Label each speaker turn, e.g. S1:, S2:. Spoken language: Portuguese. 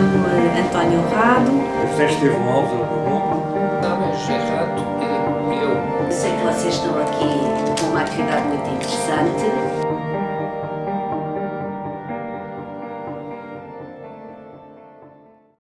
S1: Chamo-me António Rado.
S2: José Estevão Alves, é o meu nome.
S3: Não, mas Gerardo é meu.
S4: Eu sei que vocês estão aqui com uma atividade muito interessante.